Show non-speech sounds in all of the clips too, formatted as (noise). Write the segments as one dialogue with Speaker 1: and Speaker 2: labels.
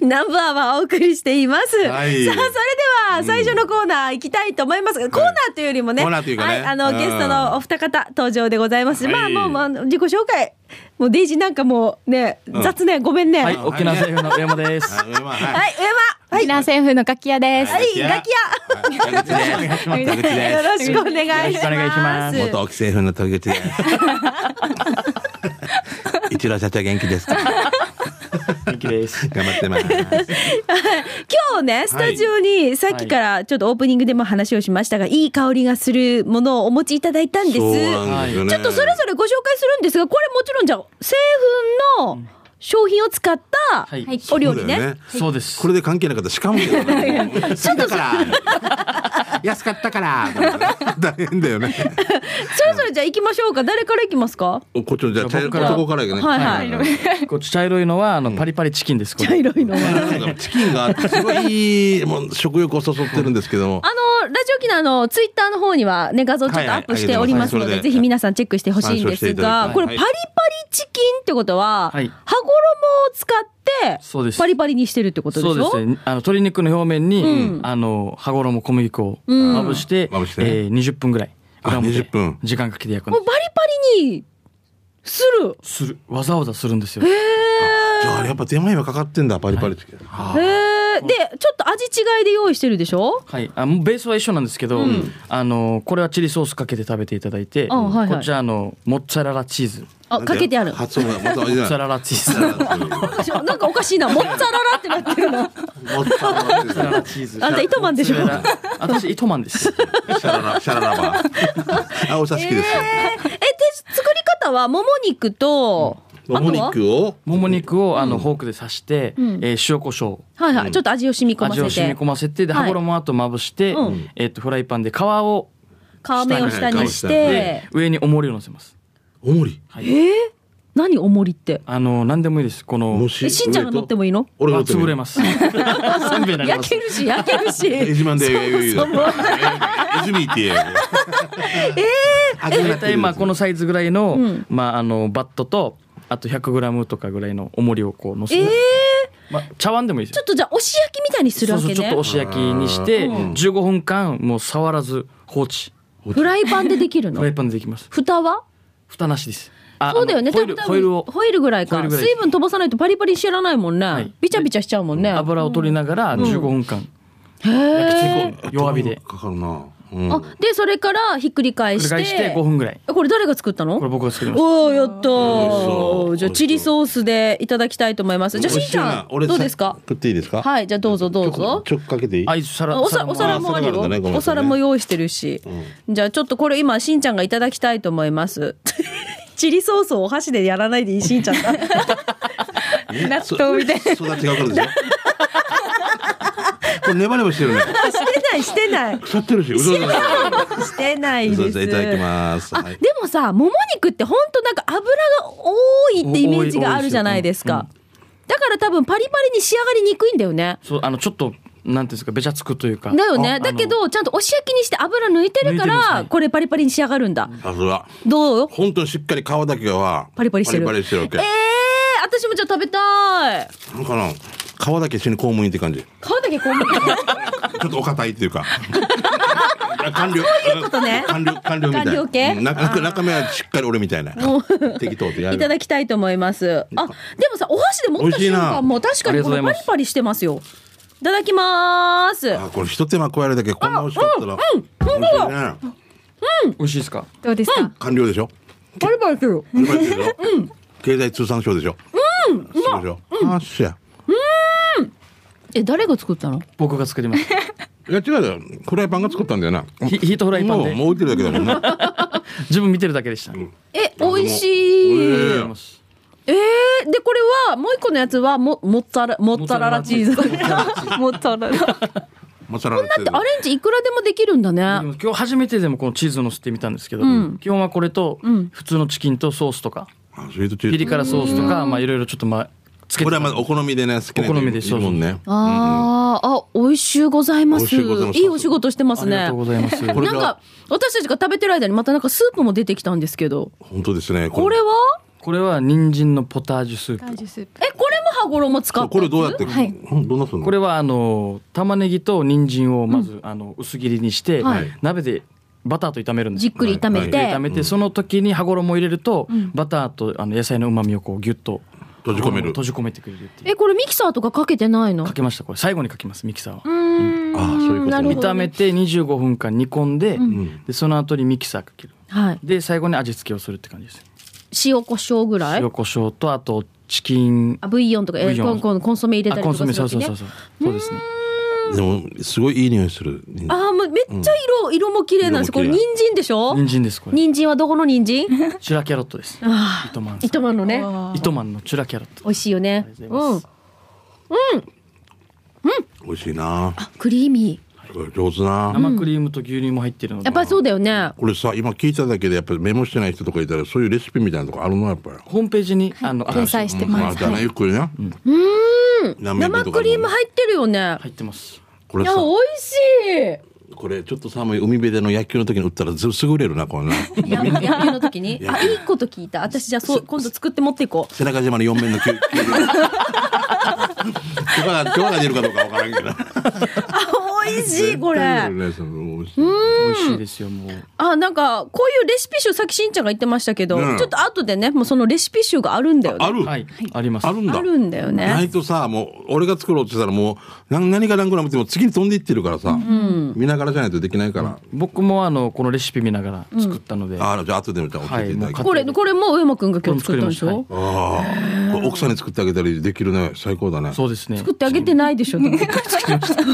Speaker 1: ナンバーはお送りしています。
Speaker 2: はい
Speaker 1: さあ、それでは最初のコーナー行きたいと思いますが、コーナーというよりもね、
Speaker 2: コーナーというかね
Speaker 1: はい、あの、
Speaker 2: うん
Speaker 1: ゲストのお二方登場でございます。まあ、
Speaker 2: はい
Speaker 1: もうまあ、自己紹介。もうデイジーなんかもうね、
Speaker 2: うん
Speaker 1: 雑ね、ごめんね。は、
Speaker 3: はいい、
Speaker 1: 上
Speaker 3: 沖縄政府の上山です。
Speaker 2: あ上間は
Speaker 1: はい、上間。はい
Speaker 4: 沖、縄政府の楽器屋です。
Speaker 1: はいガキ
Speaker 2: い。ガキヤ。はい
Speaker 4: はい
Speaker 2: ガキです
Speaker 1: よろしくお願いします。
Speaker 3: よろしくお願いします
Speaker 2: 元沖政府の時々です。一郎社長元気ですか。
Speaker 3: ミキです。
Speaker 2: 頑張ってます。
Speaker 1: 今日ね、スタジオにさっきからちょっとオープニングでも話をしましたが、いい香りがするものをお持ちいただいたんです。
Speaker 2: そう
Speaker 1: ち
Speaker 2: なんですよね。
Speaker 1: ょっとそれぞれご紹介するんですが、これもちろんじゃあ、製粉の商品を使った
Speaker 3: はい
Speaker 1: お料理ね。
Speaker 2: そうだよね
Speaker 3: そうです。
Speaker 2: これで関係なかったらしかも安だから安かったから大変だよね
Speaker 1: それぞれじゃあ行きましょうか。誰から行きますか
Speaker 2: こっちのじゃあ茶色い
Speaker 3: 僕から
Speaker 2: 男からいけね
Speaker 1: はいはい
Speaker 2: はい
Speaker 3: (laughs) こっち茶色いのはあのパリパリチキンです。こ
Speaker 1: 茶
Speaker 3: れ。
Speaker 1: 色いのは。
Speaker 2: なんかチキンがあってすごいいいもう食欲をそそってるんですけども
Speaker 1: あの、ラジオ機のあの、ツイッターの方にはね、画像ちょっとアップしておりますの
Speaker 2: はいは
Speaker 1: で、
Speaker 2: い
Speaker 1: ぜひ皆さんチェックしてほしいんですが、
Speaker 2: 参
Speaker 1: こ
Speaker 2: 照
Speaker 1: れ
Speaker 2: し
Speaker 1: パ
Speaker 2: て
Speaker 1: リ
Speaker 2: い
Speaker 1: パ
Speaker 2: た
Speaker 1: リチキンってことは、
Speaker 3: はい
Speaker 1: 歯衣を使
Speaker 3: そう
Speaker 1: っ
Speaker 3: で
Speaker 1: て、
Speaker 3: す
Speaker 1: パリパリにしてるってことでし
Speaker 3: そ
Speaker 1: ょ
Speaker 3: うですね。あの鶏肉の表面に、
Speaker 1: うん
Speaker 3: あの羽衣小麦粉を
Speaker 1: うん
Speaker 3: まぶして、
Speaker 2: まぶして
Speaker 3: えー20分ぐらい。
Speaker 2: あ
Speaker 3: 裏表
Speaker 2: 20分
Speaker 3: 時間かけて焼く
Speaker 1: も
Speaker 3: の
Speaker 1: う。バリバリにする。
Speaker 3: する。わざわざするんですよ。
Speaker 2: じゃああれやっぱ手間がかかってんだパリパリチキン
Speaker 1: へえ。で、ちょっと味違いで用意してるでしょ
Speaker 3: はい、あもうベースは一緒なんですけど、
Speaker 1: うん
Speaker 3: あのこれはチリソースかけて食べていただいて、
Speaker 1: あはいはい
Speaker 3: こっちはあのモッツァレラチーズ、
Speaker 1: あ、かけてある。
Speaker 2: 発音がまたあれ
Speaker 3: モ
Speaker 2: じ
Speaker 3: ッ
Speaker 2: ゃ
Speaker 3: ツァ
Speaker 2: ない
Speaker 3: レラチーズ、
Speaker 1: なんかおかしい
Speaker 3: (laughs)
Speaker 1: な。モッツァララってなってるな。
Speaker 2: もっと
Speaker 3: チーズ
Speaker 1: あんた糸満でしょ
Speaker 3: モッツァレラ私糸満です。
Speaker 2: シャララシャララバーあお察しですよ
Speaker 1: え、で、作り方は、もも肉と、
Speaker 2: もも肉を
Speaker 3: もも肉をあの、フォークで刺して、
Speaker 1: うん
Speaker 3: えー塩コショウ
Speaker 1: あとははいはい。ちょっと味を染み込ま
Speaker 3: 味を
Speaker 1: せ
Speaker 3: 染み
Speaker 1: て
Speaker 3: 込、ませてで
Speaker 1: はい
Speaker 3: 羽衣をあとまぶして、
Speaker 1: うん
Speaker 3: えっとフライパンで皮を
Speaker 1: 皮目を下にし
Speaker 3: で
Speaker 1: て、
Speaker 3: 上に重りを乗せます
Speaker 2: おもり
Speaker 1: えー何おもりって。
Speaker 3: あの何でもいいですこの
Speaker 2: も
Speaker 1: え、しんちゃんが乗ってもいいの
Speaker 2: 俺
Speaker 3: あ
Speaker 2: が乗ってもい
Speaker 3: 潰
Speaker 2: い
Speaker 3: れます (laughs) せんべいになりま
Speaker 1: 焼
Speaker 3: す
Speaker 1: けるし、焼ける
Speaker 3: (laughs)
Speaker 1: し。
Speaker 2: エジマンで言う
Speaker 1: そもそも
Speaker 2: 泉って言えよ
Speaker 3: 大体まあこのサイズぐらいの,、
Speaker 1: うん
Speaker 3: まあ、あのバットとあと 100g とかぐらいの重りをこう乗せ
Speaker 1: え
Speaker 3: て、
Speaker 1: ー
Speaker 3: まあ、茶碗でもいいです
Speaker 1: ちょ
Speaker 3: よ
Speaker 1: っとじゃあ、押し焼きみたいにする
Speaker 3: そう
Speaker 1: わ
Speaker 3: そう
Speaker 1: け
Speaker 3: ちょっ
Speaker 1: ね
Speaker 3: と押。し焼きにして
Speaker 1: うん
Speaker 3: 15分間もう触らず放置
Speaker 1: フライパンでできる
Speaker 3: フラ
Speaker 1: の
Speaker 3: イパンでできます
Speaker 1: 蓋は
Speaker 3: 蓋なしですあ
Speaker 1: そうだよね。
Speaker 3: あのホイル
Speaker 1: 多分
Speaker 3: ホイルを
Speaker 1: ホイルぐらいか
Speaker 3: ホイルぐらい
Speaker 1: 水分飛ばさないとパリパリ知らないもんね。
Speaker 3: い
Speaker 1: ビチャビチャしちゃうもんね。あ、
Speaker 3: 油を取りながら15分間、焼きつけ弱火で
Speaker 2: かかるなうん
Speaker 1: で、それからひっくり返
Speaker 3: 繰
Speaker 1: し
Speaker 3: り返して
Speaker 1: て。
Speaker 3: 5分ぐらい
Speaker 1: えこれ誰が作ったの
Speaker 3: これ僕が作りました
Speaker 1: おー、やったー。
Speaker 2: 美味しそう
Speaker 1: じゃあ、チリソースでいただきたいと思います。じゃあ、しんちゃん、
Speaker 2: 俺
Speaker 1: どうですか
Speaker 2: さ食っていいですか
Speaker 1: はい、じゃあ、どうぞどう
Speaker 2: ちょ
Speaker 1: ぞ
Speaker 2: っ。とかけていい
Speaker 3: あいさら
Speaker 1: おさお
Speaker 3: も
Speaker 1: 皿もある
Speaker 2: あ皿があるんだねご
Speaker 1: よ。
Speaker 2: めんなさい
Speaker 1: お皿
Speaker 2: ね
Speaker 1: も用意してるし。じゃあ、ちょっとこれ今、しんちゃんがいただきたいと思います。 (laughs) チリソースをお箸でやらないでいい、しんちゃん。
Speaker 4: 納豆みたいな。
Speaker 2: 育ちがわかるでしょこれ粘りもしてるね
Speaker 1: してない、してない。
Speaker 2: 腐ってるしう (laughs) そう
Speaker 1: してない
Speaker 2: そう
Speaker 1: です。
Speaker 2: そういただきます
Speaker 1: あ、
Speaker 2: はい
Speaker 1: でもさ、もも肉って本当なんか油が多いってイメージがあるじゃないですか。だから多分パリパリに仕上がりにくいんだよね。
Speaker 3: そうあのちょっとなんていうんですかべちゃつくというか
Speaker 1: だよ
Speaker 3: あ
Speaker 1: ね。
Speaker 3: の
Speaker 1: だけど、ちゃんと押し焼きにして油抜いてるか
Speaker 3: 抜いてます
Speaker 1: ら
Speaker 3: ね、
Speaker 1: これパリパリに仕上がるんだ。
Speaker 2: さすが
Speaker 1: どうよ
Speaker 2: 本当にしっかり皮だけは
Speaker 1: パリパリしてる。
Speaker 2: パリパリしてるわけ
Speaker 1: ええー、私もじゃあ食べたい。
Speaker 2: なんかな皮だけ一緒に公務員って感じ
Speaker 1: 皮だけこんな。
Speaker 2: ちょっとお堅いっ
Speaker 1: (laughs)
Speaker 2: ていうか。官僚。
Speaker 1: ことね
Speaker 2: 官僚、官僚みたいな。
Speaker 1: 官僚系
Speaker 2: うん中中中身はしっかり俺みたいな。適当ってやる。
Speaker 1: いただきたいと思います。あ、でもさ、お箸で持った
Speaker 2: 美味しい
Speaker 1: 瞬
Speaker 2: な
Speaker 1: 間もう確かにこ
Speaker 3: あ
Speaker 1: のパ
Speaker 3: りがとうござい
Speaker 1: リ
Speaker 3: ます
Speaker 1: パリしてますよ。いただきます。
Speaker 2: あ、これ一手間加えるだけこんな美味しかったら。うん、本当だ。
Speaker 3: 美味しいですか
Speaker 4: どうですか、
Speaker 2: 官僚でしょ
Speaker 1: パリパリしてる。
Speaker 2: うまいでしょ経済通産省でしょうん。そうでしょあっしゃ。
Speaker 1: え、誰が作ったの
Speaker 3: 僕が作りま
Speaker 2: (laughs)
Speaker 3: し
Speaker 2: いや違うよ。フライパンが作ったんだよな。
Speaker 3: たヒヒートフライパン
Speaker 2: もう、
Speaker 3: で
Speaker 2: もう置いてるだけだも
Speaker 1: (laughs)
Speaker 2: んね。
Speaker 3: 自分見てるだけでした、
Speaker 1: え、美味しい。
Speaker 2: え
Speaker 3: ありがとうございます
Speaker 1: えー、で、これは、もう一個のやつは、も、モッツァラ、モッツァララチーズ。
Speaker 4: もっとな。
Speaker 2: まさらこんな
Speaker 1: だってアレンジいくらでもできるんだ
Speaker 3: で
Speaker 1: ね。
Speaker 3: も今日初めてでもこのチーズを乗せてみたんですけど、基本はこれと普通のチキンとソースとか、
Speaker 2: スイートチ
Speaker 3: ピ
Speaker 2: ー
Speaker 3: リ
Speaker 2: ズ。
Speaker 3: 辛ソースとかまあいろいろちょっとまあつけ
Speaker 2: こ
Speaker 3: て
Speaker 2: れはまあお好みでね、好きなやつ
Speaker 3: お好みで
Speaker 2: いいもんね。
Speaker 1: あーあ、美味しゅうございま
Speaker 2: 美
Speaker 1: す。
Speaker 2: 味しゅうございます
Speaker 1: いいお仕事してます
Speaker 3: ありが
Speaker 1: ね
Speaker 3: とう。ございます
Speaker 2: これ
Speaker 1: なん
Speaker 2: が
Speaker 1: か、私たちが食べてる間にまたなんかスープも出てきたんですけど。
Speaker 2: 本当ですね。
Speaker 1: これは
Speaker 3: これは人参のポタージュスープ
Speaker 4: ジュスープ。
Speaker 1: え、これも羽衣使って
Speaker 2: これどうやって、
Speaker 4: はい
Speaker 2: うんどんなすんの
Speaker 3: これはあの玉ねぎと人参をまず、あの薄切りにして、
Speaker 1: はい
Speaker 3: 鍋でバターと炒めるんです
Speaker 1: じっくり炒めて、
Speaker 2: はい
Speaker 3: 炒めて、その時に羽衣を入れると、バターとあの野菜の旨味をこうギュッと
Speaker 2: 閉じ込める
Speaker 3: 閉じ込めてくれるっていう
Speaker 1: えこれミキサーとかかけてないの
Speaker 3: かけましたこれ最後にかけますミキサーは
Speaker 1: う、ーん
Speaker 2: あーそういうことね
Speaker 1: なるほど
Speaker 3: 炒めて25分間煮込んで,、
Speaker 2: ん
Speaker 3: でその後にミキサーかける
Speaker 1: はい、
Speaker 3: で最後に味付けをするって感じです
Speaker 1: 塩コショウぐらい
Speaker 3: 塩コショウとあとチキン
Speaker 1: あブイヨンとかえ
Speaker 3: ブイ
Speaker 1: ー
Speaker 3: ヨン
Speaker 1: コンコンコンソメ入れた
Speaker 3: あ
Speaker 1: り
Speaker 3: コ
Speaker 1: と
Speaker 3: ン
Speaker 1: かす
Speaker 3: ソ
Speaker 1: る
Speaker 3: メ
Speaker 1: わけ
Speaker 3: そ
Speaker 1: ね
Speaker 3: うそうそうそうそうですね
Speaker 2: でもすごいいい匂いする
Speaker 1: ああもうめっちゃ色、色も綺麗なんですこ
Speaker 2: 色
Speaker 1: れ
Speaker 2: も綺麗
Speaker 1: 人参でしょ
Speaker 3: 人参ですこれ
Speaker 1: 人参はどこの人参
Speaker 3: (laughs) チュラキャロットです糸満さん
Speaker 1: 糸満のね
Speaker 3: 糸満のチュラキャロット
Speaker 1: 美味しいよね
Speaker 3: りがとうござい
Speaker 1: うん
Speaker 3: ます
Speaker 2: 美味しいな
Speaker 1: あクリーミー
Speaker 2: これ上手な
Speaker 3: 生クリームと牛乳も入ってるので
Speaker 1: やっぱりそうだよね
Speaker 2: これさ今聞いただけでやっぱりメモしてない人とかいたらそういうレシピみたいなとこあるのやっぱり
Speaker 3: ホームページにあのあ
Speaker 4: 掲載してま
Speaker 2: あ
Speaker 4: す。
Speaker 2: だね
Speaker 4: はい
Speaker 2: ゆっくりね
Speaker 1: 生クリーム入ってるよね
Speaker 3: 入ってます
Speaker 2: こ
Speaker 1: い
Speaker 2: れ
Speaker 1: や
Speaker 2: さ
Speaker 1: 美味し
Speaker 2: これちょっと寒い海辺での野球の時に打ったらずすぐ売れるなこの
Speaker 1: いや野球の時にあいいこと聞いた私じゃあそう今度作って持っていこう
Speaker 2: 背中島の四面の球許 (laughs) 可が許可が出るかどうかわからんけど
Speaker 1: あ美味しいこれ
Speaker 2: 絶対売れるねその美味しい
Speaker 3: 美味しいですよもう
Speaker 1: あなんかこういうレシピ集さっきしんちゃんが言ってましたけど、
Speaker 2: ねえ
Speaker 1: ちょっと後でねもうそのレシピ集があるんだよね
Speaker 2: ある、
Speaker 3: はいあります
Speaker 2: あるんだ
Speaker 1: あるんだよ
Speaker 2: な
Speaker 1: ね
Speaker 2: いとさもう俺が作ろうって言ったらもう何何が何グラムってもう次に飛んでいってるからさ、見ながらじゃないとできないから、
Speaker 3: 僕もあのこのレシピ見ながら作ったので、
Speaker 2: ああじゃあ後でじゃあ教えていただき、
Speaker 3: はいも
Speaker 1: これこれも上間くんが今日作ったんでし
Speaker 3: これも
Speaker 1: ょ
Speaker 3: 作
Speaker 2: ああこれ奥さんに作ってあげたりできるね最高だね
Speaker 3: そうですね
Speaker 1: 作ってあげてないでしょでも
Speaker 3: 自分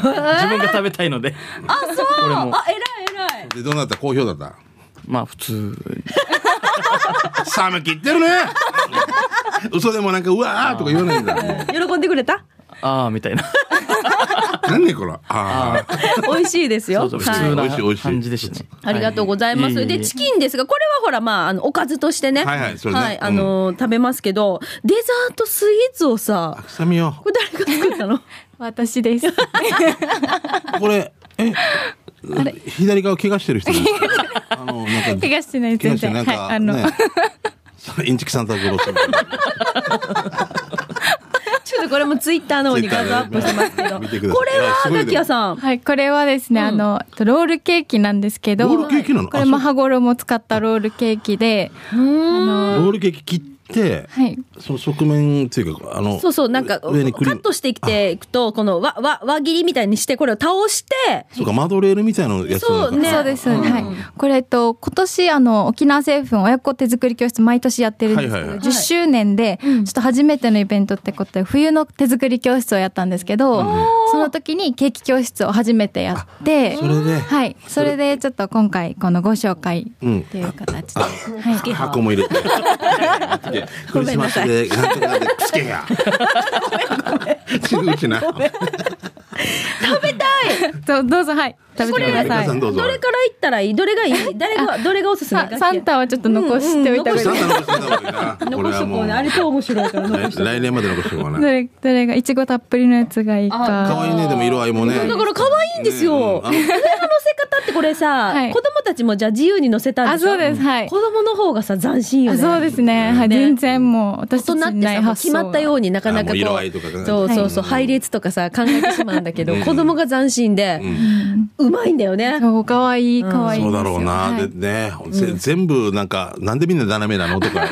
Speaker 3: が食べたいのであそうこれも
Speaker 1: あ偉い偉い
Speaker 2: でどうなった好評だった
Speaker 3: まあ普通
Speaker 2: 寒気いってるね嘘でもなんかうわーとか言わないんだも
Speaker 1: (laughs)
Speaker 2: う
Speaker 1: 喜んでくれた
Speaker 4: (laughs)
Speaker 3: ああみ
Speaker 1: (laughs)
Speaker 3: たいな
Speaker 2: 何ねこれああ
Speaker 1: 美味しいですよ
Speaker 3: そうそう
Speaker 1: はい
Speaker 2: い美
Speaker 3: 普
Speaker 2: 味しい
Speaker 3: 通
Speaker 2: 美
Speaker 3: な
Speaker 2: 味しい
Speaker 3: 感じでしたね。
Speaker 1: ありがとうございます。
Speaker 3: はええ
Speaker 1: で、チキンですが、これはほら、まあ、あの、おかずとしてね。
Speaker 2: はいはいそれね
Speaker 1: あのー食べますけど、デザートスイーツをさ、
Speaker 2: 臭みよ
Speaker 1: これ誰が作
Speaker 4: (laughs)
Speaker 1: ったの
Speaker 4: 私です。
Speaker 2: これえ左側怪我してる人いるあのなんか
Speaker 4: 怪我してない
Speaker 2: 怪
Speaker 4: 全
Speaker 2: 我してな
Speaker 4: 然。は
Speaker 2: ん
Speaker 4: い、
Speaker 2: か、
Speaker 4: あの、
Speaker 2: ね、 (laughs) インチキサンタクロースみたいな
Speaker 1: ちょっとこれもツイッターの方に画像アップしてますけど。
Speaker 2: 見てくださ
Speaker 1: こ
Speaker 2: い
Speaker 1: れ
Speaker 2: いやす
Speaker 1: は、
Speaker 2: ごいね
Speaker 1: ガキヤさん。
Speaker 4: はい、これはですね、あの、ロールケーキなんですけど。
Speaker 2: ロールケーキなの
Speaker 4: これ
Speaker 2: あ
Speaker 4: も
Speaker 2: そう
Speaker 4: 羽衣を使ったロールケーキで。
Speaker 2: ロールケーキ切って、
Speaker 4: はい。
Speaker 2: その側面っていうかあの
Speaker 1: そうそう、なんか、カ
Speaker 2: 上にクリー
Speaker 1: ッ
Speaker 2: ム
Speaker 1: トしてきていくと、この、わ、わ、輪切りみたいにして、これを倒して、
Speaker 2: そうかマドレーヌみたいなやつなのか
Speaker 1: そうね
Speaker 4: そうです、はい。これ、えっと、今年、あの、沖縄製粉親子手作り教室、毎年やってるんですけ
Speaker 2: はい
Speaker 4: ど、
Speaker 2: はいはい
Speaker 4: 10周年で、ちょっと初めてのイベントってことで、冬の手作り教室をやったんですけど、その時にケーキ教室を初めてやって、
Speaker 2: それで
Speaker 4: はい。それで、ちょっと今回、このご紹介
Speaker 2: うん
Speaker 4: っていう形で、はい。
Speaker 2: 箱も入
Speaker 1: (laughs)
Speaker 2: れてクリスマスでなんとかなんでつけや (laughs) すぐうちな
Speaker 4: どどうぞ、はい。食べてくだ
Speaker 2: 皆
Speaker 4: さ
Speaker 2: さん
Speaker 4: い。
Speaker 2: どうぞ
Speaker 1: どれからいったらいいどれがいい誰が、どれがおすすめガ
Speaker 4: さ
Speaker 1: キヤ
Speaker 4: サンタはちょっと残しておいた方がいい
Speaker 2: サ
Speaker 4: で
Speaker 2: ン
Speaker 4: す。
Speaker 2: タ残してた方がいいなこ
Speaker 1: 残
Speaker 2: れ
Speaker 1: し
Speaker 2: は
Speaker 1: とこ
Speaker 2: も
Speaker 1: う
Speaker 2: う
Speaker 1: ね。あれ超面白いから残
Speaker 2: 来
Speaker 1: しとこう。
Speaker 2: 来年まで残しておか
Speaker 4: ど
Speaker 2: ない
Speaker 4: れ、どれが、いちごたっぷりのやつがいい
Speaker 2: 可
Speaker 4: か。
Speaker 2: 愛いねでも色合いもね
Speaker 1: だから可愛いんです (laughs) よ。
Speaker 2: ね
Speaker 1: 上の乗せ方ってこれさ、
Speaker 4: はい
Speaker 1: 子供たちもじゃあ自由に乗せたん
Speaker 4: あ、
Speaker 1: でしょ
Speaker 4: そうです、はい
Speaker 1: 子。供の方がさ、斬新よ
Speaker 4: あ
Speaker 1: ね。
Speaker 4: そうですね。はい、
Speaker 1: ね
Speaker 4: 全然もう、私
Speaker 1: 大
Speaker 4: たち
Speaker 1: 人っ
Speaker 4: に
Speaker 1: て
Speaker 4: な
Speaker 1: さ、もう
Speaker 4: い発想
Speaker 1: 決まったようになかなかこ
Speaker 2: あ
Speaker 1: う、
Speaker 2: もう色合いとかね
Speaker 1: そうそうそう、配列とかさ、考えてしまうんだけど、子供が斬新で、うまいんだよ
Speaker 4: (laughs)
Speaker 1: ね。
Speaker 4: そう、かわいい、かわいい
Speaker 2: そ
Speaker 4: ん
Speaker 2: う
Speaker 4: です
Speaker 2: だ
Speaker 4: よ。
Speaker 2: ろうな、
Speaker 4: は
Speaker 2: で
Speaker 4: い
Speaker 2: ね、ぜ全部なんかなんでみんな斜めなのとか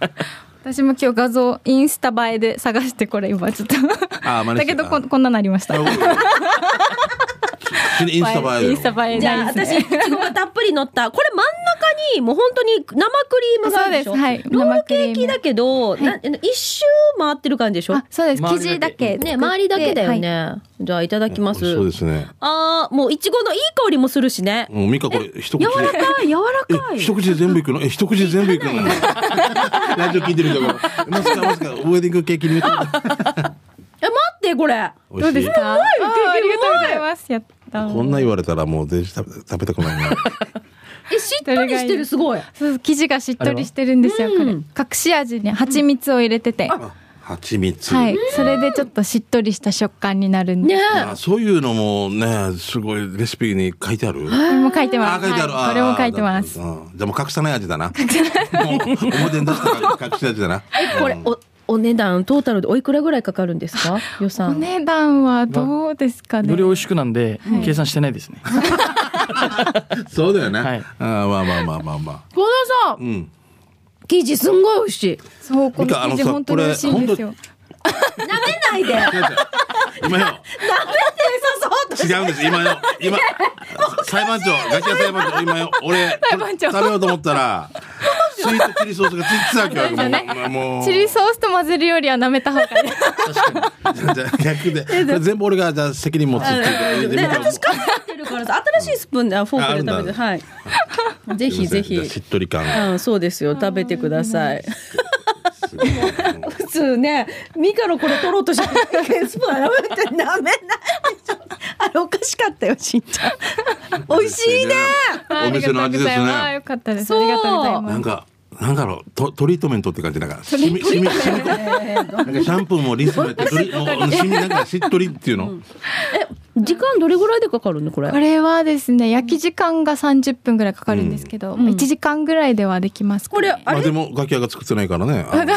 Speaker 4: (laughs) 私も今日画像、インスタ映えで探して、これ今ちょっと。
Speaker 2: あ真似
Speaker 4: だ
Speaker 2: して
Speaker 4: けどこん、こんななり
Speaker 2: (laughs)
Speaker 4: ました。
Speaker 2: インスタ映え
Speaker 4: インスタ映え
Speaker 1: じゃあ、
Speaker 4: ないです
Speaker 1: 私、
Speaker 4: ね
Speaker 1: いちごがたっぷり乗った。これ真ん中に、もう本当に生クリームがあるでしょ
Speaker 4: そうですはい
Speaker 1: ロールケーキ
Speaker 4: 生クリーム
Speaker 1: だけど、な一周回ってる感じでしょ
Speaker 4: あ、そうです。
Speaker 3: 周
Speaker 4: 生
Speaker 3: り
Speaker 4: 地
Speaker 3: だ
Speaker 4: だ
Speaker 3: け
Speaker 4: け。
Speaker 1: ね、周りだけだよね。
Speaker 4: はい。
Speaker 1: じゃあ、いただきます。
Speaker 2: そうですね
Speaker 1: ああ、もういちごのいい香りもするしね。
Speaker 2: もうミカこれ一口で
Speaker 1: 柔らかい、柔らか
Speaker 2: え
Speaker 1: い。
Speaker 2: 一口で全部いくのえ一口で全部いくの
Speaker 4: (laughs)
Speaker 2: ラジオ聞いてる人がまさかまさかウェディングケーキに
Speaker 1: え、待って、これ。
Speaker 2: ど
Speaker 4: (laughs) どうですかあーありがとうございます。やった。
Speaker 2: こんな言われたらもう全然食べ食べたくないな
Speaker 4: (laughs)
Speaker 1: え、しっとりしてる、すごい。
Speaker 4: そう生地がしっとりしてるんですよ、これ。隠し味に蜂蜜を入れてて。は
Speaker 2: 蜂蜜、
Speaker 4: い。それでちょっとしっとりした食感になるんで。
Speaker 1: ね
Speaker 2: いやそういうのもねすごいレシピに書いてある
Speaker 4: これも書いてま
Speaker 2: あ
Speaker 4: す。
Speaker 2: 書いてある、
Speaker 4: は
Speaker 2: あ
Speaker 4: いこれも書いてま
Speaker 2: う
Speaker 4: す。
Speaker 2: んじゃあもう隠さない味だなもう表に出した隠し味だな
Speaker 1: え、これ、お、お値段トータルでおいくらぐらいかかるんですか予
Speaker 4: お
Speaker 1: 算
Speaker 4: 値段はどうですかね
Speaker 3: より美味しくなんで、計算してないですね。
Speaker 2: そうだよね。
Speaker 3: はい
Speaker 2: ああまあまあまあまあまあ。
Speaker 1: このさ
Speaker 2: うん。
Speaker 1: 生地すんごい美味しい
Speaker 4: そうこ
Speaker 2: 見
Speaker 4: の
Speaker 2: たあの
Speaker 4: 生地
Speaker 2: さ
Speaker 4: 本当に美味しいんですよ
Speaker 1: 舐めないで舐めて
Speaker 2: 今よ。
Speaker 1: そう
Speaker 2: 違うんです。今よ。今。裁判長、ガキ屋裁判長、今よ。俺、
Speaker 4: 裁判長
Speaker 2: 食べようと思ったら、スイートチリソースがついてたわけよ。
Speaker 4: じゃない
Speaker 2: もうもう。
Speaker 4: チリソースと混ぜるよりは舐めた方がいい
Speaker 2: じゃあ逆で。全部俺が、じゃあ責任持つっていう。
Speaker 1: ね
Speaker 2: でも
Speaker 1: 私考えてるからさ新しいスプーンであフォークで食べてはいぜひぜ
Speaker 2: じゃあ
Speaker 1: ひ
Speaker 2: しっとり感。
Speaker 1: うんそうですよ食べてください
Speaker 2: すごい
Speaker 1: 普通ねミカのこれ取ろうとしてるスプーン舐めて舐めないあれおかしかったよしんちゃん
Speaker 2: (laughs)
Speaker 1: 美味しいね
Speaker 4: (laughs)
Speaker 2: お店の味です
Speaker 4: ありがとうございますあー
Speaker 2: ね。
Speaker 4: よかったです
Speaker 1: そう
Speaker 4: ありがとうございます
Speaker 2: なんか、なんだろう、トトリートメントって感じだから、しみ、しみ、しみ、なんかシャンプーもリンスも
Speaker 4: (laughs)
Speaker 2: やって、トリもう、しみ、なんかしっとりっていうの。
Speaker 1: 時間どれぐらいでかかるのこれ
Speaker 4: これはですね焼き時間が30分ぐらいかかるんですけど、まあ1時間ぐらいではできますか
Speaker 1: こ
Speaker 4: ね、
Speaker 1: れあ
Speaker 2: まあ、
Speaker 1: れ
Speaker 2: でも、ガキ屋が作ってないからね。あのあ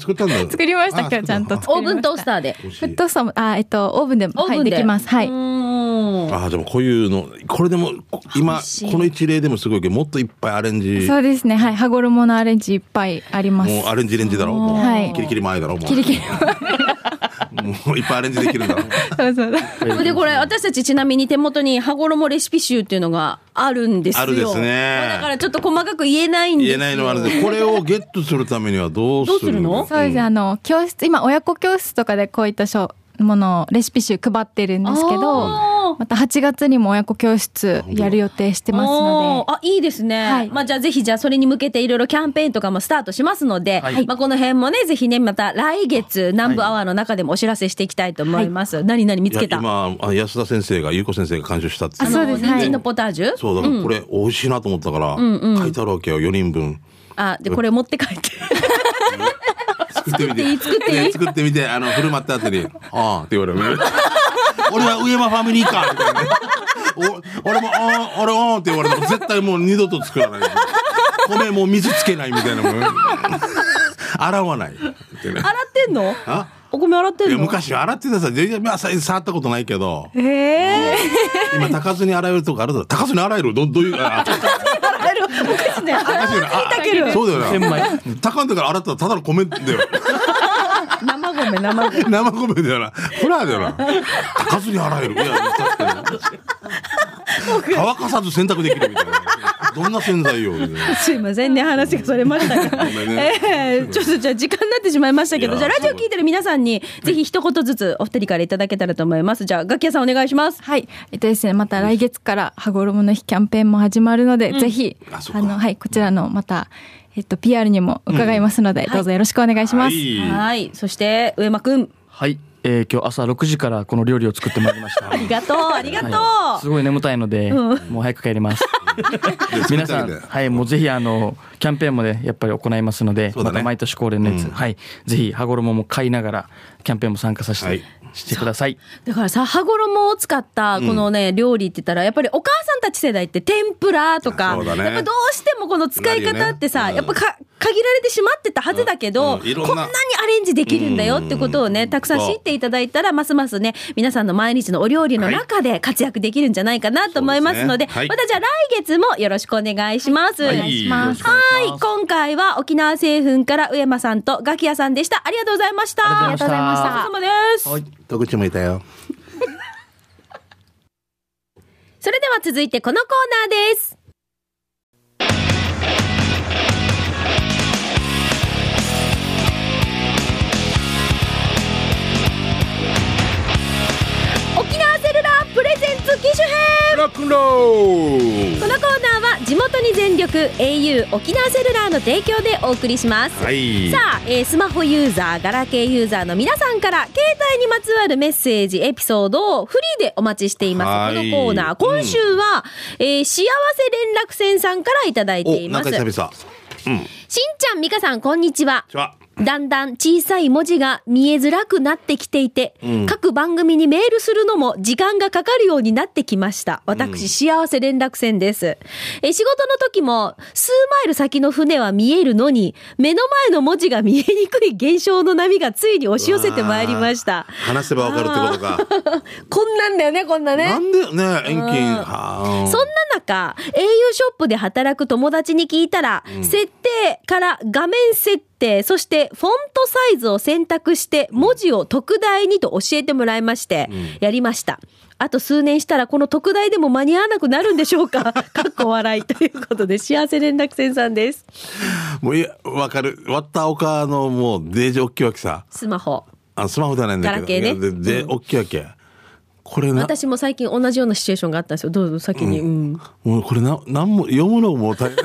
Speaker 2: 作ったんだよ。
Speaker 4: 作りました今日ちゃんと
Speaker 1: オーブントースターで
Speaker 2: 美味し
Speaker 4: フッ
Speaker 2: い
Speaker 4: トサムあえっとオーブンでも
Speaker 1: オーブン
Speaker 4: はい、できますはいう
Speaker 1: ーん
Speaker 2: ああ、でも、こういうの、これでも、こ今、この一例でもすごいけど、もっといっぱいアレンジ。
Speaker 4: そうですねはい羽衣のアレンジいっぱいあります
Speaker 2: もうアレンジレンジだろう。もう
Speaker 4: はい
Speaker 2: キリキリ前だろう。もう
Speaker 4: キリキリ
Speaker 2: もういっぱいアレンジできるんだろう。
Speaker 4: (laughs) (laughs) そうそう
Speaker 1: それでこれ私たちちなみに手元に羽衣レシピ集っていうのがあるんですよ
Speaker 2: あるです
Speaker 1: だか
Speaker 2: ね。
Speaker 1: らちょっと細かく言えないんです
Speaker 2: 言
Speaker 1: よ
Speaker 2: えないのはあれで、これをゲットするためにはどうする
Speaker 1: どうするの
Speaker 4: そうですねあの教室今親子教室とかでこういったしょものをレシピ集配ってるんですけど
Speaker 1: あー
Speaker 4: また8月にも親子教室やる予定してますの
Speaker 1: おーあいいですね、
Speaker 4: はい
Speaker 1: まあ、じゃあぜひじゃあそれに向けていろいろキャンペーンとかもスタートしますので、
Speaker 3: はい
Speaker 1: まあ、この辺もねぜひねまた来月南部アワーの中でもお知らせしていきたいと思います、何何見
Speaker 2: い
Speaker 1: つ
Speaker 2: や
Speaker 1: けた
Speaker 2: 今あ安田先生が優子先生が監修したって
Speaker 4: あそうです
Speaker 1: 人
Speaker 4: はい
Speaker 1: 参のポタージュ、
Speaker 2: そうだからこれ美味しいなと思ったから、書いてあるわけよ4人分
Speaker 1: あでこれ持って帰って
Speaker 2: 作ってみて
Speaker 1: 作っていい
Speaker 2: ね作ってみてあの振る舞った後 (laughs) に「ああ」って言われる俺は上間ファミリーかみたいなねお俺も「ああ俺ああ」って言われても絶対もう二度と作らない米もう水つけないみたいなもん (laughs) 洗わないみたいな
Speaker 1: 洗ってんの
Speaker 2: あ
Speaker 1: お米洗ってん
Speaker 2: い
Speaker 1: の
Speaker 2: や昔洗ってたさ全然まあさ触ったことないけど
Speaker 4: でええ
Speaker 2: 今炊かずに洗えるとこあるだろ炊かずに洗えるどどういうあ
Speaker 1: 洗える昔ね洗わずに炊ける
Speaker 2: そうだよ
Speaker 3: 千
Speaker 2: ね
Speaker 3: 枚。
Speaker 2: 高んだから洗ったらただの米だよ。 (laughs)
Speaker 1: 生米生米
Speaker 2: 生米だよな。フラーだよな。炊かずに洗える。いや、確かに乾かさず洗濯できるみたいな。どんな洗剤よ。みたいな
Speaker 1: すいませんね話がそれましたが、
Speaker 2: ごめんね
Speaker 1: ええちょっとじゃあ時間になってしまいましたけど
Speaker 2: いや
Speaker 1: じゃあラジオ
Speaker 2: すごい
Speaker 1: 聞いてる皆さんにぜひ一言ずつお二人からいただけたらと思いますじゃあ楽器屋さんお願いします
Speaker 4: はいえっとですねまた来月から羽衣の日キャンペーンも始まるので、ぜひ
Speaker 2: あそっか
Speaker 4: あのはいこちらのまたえっと PR にも伺いますので、どうぞよろしくお願いします、
Speaker 2: はい
Speaker 1: はいそして上間くん
Speaker 3: はい。えー今日朝6時からこの料理を作ってまいりました。
Speaker 1: ありがとうありがとう、
Speaker 3: はいすごい眠たいので、もう早く帰ります。
Speaker 2: (laughs) で作っ
Speaker 3: 皆
Speaker 2: てあ
Speaker 3: さん、
Speaker 2: げて
Speaker 3: はい、もうぜひあの、キャンペーンもね、やっぱり行いますので、
Speaker 2: そうだ
Speaker 3: ま
Speaker 2: ね
Speaker 3: た毎年恒例のやつ、
Speaker 2: うん
Speaker 3: はい、ぜひ羽衣も買いながら、キャンペーンも参加させて、
Speaker 2: はい
Speaker 3: してください。
Speaker 1: だからさ羽衣を使ったこのね、料理って言ったらやっぱりお母さんたち世代って天ぷらとか、
Speaker 2: そうだね
Speaker 1: やっぱどうしてもこの使い方ってさ、
Speaker 2: なる
Speaker 1: や
Speaker 2: よ
Speaker 1: っ
Speaker 2: ね
Speaker 1: ぱか限られてしまってたはずだけど、
Speaker 2: うんうんいろん
Speaker 1: こな
Speaker 2: なん
Speaker 1: にアレンジできるんだよってことをね、
Speaker 2: うん
Speaker 1: たくさん知っていただいたらますますね皆さんの毎日のお料理の中で活躍できるんじゃないかなと思いますので,、
Speaker 2: そうですねはい
Speaker 1: またじゃあ来月もよろしくお願いします。
Speaker 4: お願いします
Speaker 1: はい今回は沖縄製粉から上間さんとガキヤさんでしたありがとうございました
Speaker 3: ありがとうございました
Speaker 1: お疲れ様です、
Speaker 3: はい
Speaker 2: 戸口もいたよ。
Speaker 1: それでは続いてこのコーナーです。沖縄セルラープレゼンツ機種編
Speaker 2: ロックンロー
Speaker 1: このコーナーは地元に全力 au 沖縄セルラーの提供でお送りします。
Speaker 2: はい。
Speaker 1: さあ、えースマホユーザー、ガラケーユーザーの皆さんから、携帯にまつわるメッセージ、エピソードをフリーでお待ちしていま
Speaker 2: はい
Speaker 1: す。このコーナー、今週は、えー幸せ連絡船さんからいただいてい
Speaker 2: お、な
Speaker 1: ま
Speaker 2: ん
Speaker 1: す。
Speaker 2: か
Speaker 1: しん
Speaker 2: 久々。うん。
Speaker 1: ちゃん、みかさん、こんにちは。
Speaker 2: じゃあ、
Speaker 1: だんだん小さい文字が見えづらくなってきていて、
Speaker 2: ん
Speaker 1: 各番組にメールするのも時間がかかるようになってきました。私、幸せ連絡船です。え、仕事の時も、数マイル先の船は見えるのに、目の前の文字が見えにくい現象の波がついに押し寄せてまいりました。
Speaker 2: 話せばわかるってことか。
Speaker 1: こんなんだよね、こんなね。
Speaker 2: なんでね、遠近。は
Speaker 1: そんな中、au ショップで働く友達に聞いたら、設定から画面設定、そしてフォントサイズを選択して、文字を特大にと教えてもらいまして、やりました。あと数年したらこの特大でも間に合わなくなるんでしょう
Speaker 2: (laughs)
Speaker 1: かかっこ笑いということで、幸せ連絡船さんです。
Speaker 2: もういや、わかる。割ったおかのもう、デージおっきいわけさ。
Speaker 1: スマホ。
Speaker 2: あスマホじゃないんだ
Speaker 1: ガ
Speaker 2: けど。
Speaker 1: ラケーね
Speaker 2: でで、おっきいわけ。これな、
Speaker 1: 私も最近同じようなシチュエーションがあったんですよ。どうぞ先に。うん
Speaker 2: もうこれな、なんも、読むのも
Speaker 1: (laughs)
Speaker 2: 大変。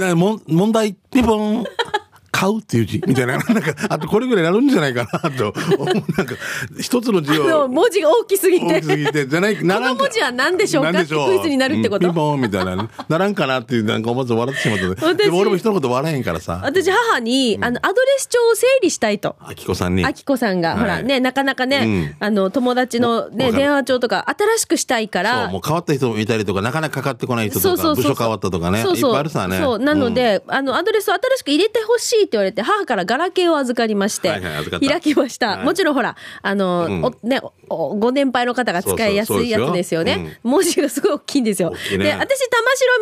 Speaker 2: なもん問題、ピボン。買うっていう字みたいな。なんか、あとこれぐらいなるんじゃないかなと。なんか、一つの字
Speaker 1: でも
Speaker 2: を。
Speaker 1: 文字が大きすぎて
Speaker 2: 大き。すぎて、じゃない、ならんか
Speaker 1: 文字は何でしょうか
Speaker 2: 何ょう
Speaker 1: ってクイズになるってこと
Speaker 2: うんピンポンみたいなね。ならんかなっていう、なんか思わず笑ってしまったね。
Speaker 1: 私
Speaker 2: でも俺も人のこと笑えへんからさ。
Speaker 1: 私母に、あの、アドレス帳を整理したいと。
Speaker 2: あきこさんに。
Speaker 1: あきこさんが、
Speaker 2: はい
Speaker 1: ほらね、なかなかね、あの、友達の
Speaker 2: わ
Speaker 1: ね、
Speaker 2: かる
Speaker 1: 電話帳とか新しくしたいか
Speaker 2: そう、
Speaker 1: ら
Speaker 2: も、う変わった人もいたりとか、なかなかかかってこない人
Speaker 1: そう
Speaker 2: と
Speaker 1: そ
Speaker 2: か、
Speaker 1: うそ
Speaker 2: 部
Speaker 1: うそう。
Speaker 2: 署変わったとかね。
Speaker 1: そうそう
Speaker 2: いっぱいあるさね。
Speaker 1: そう。なの
Speaker 2: うん、
Speaker 1: で、あの、アドレスを新しく入れてほしいって言われて、母からガラケーを預かりまして、
Speaker 2: はいはい預かった
Speaker 1: 開きました。
Speaker 2: はい
Speaker 1: もちろんほら、あの、
Speaker 2: うん
Speaker 1: おねおご年配の方が使いやすいやつですよね。
Speaker 2: そうそうそうですよ
Speaker 1: 文字がすごい大きいんですよ。
Speaker 2: 大きいね
Speaker 1: で、私、玉城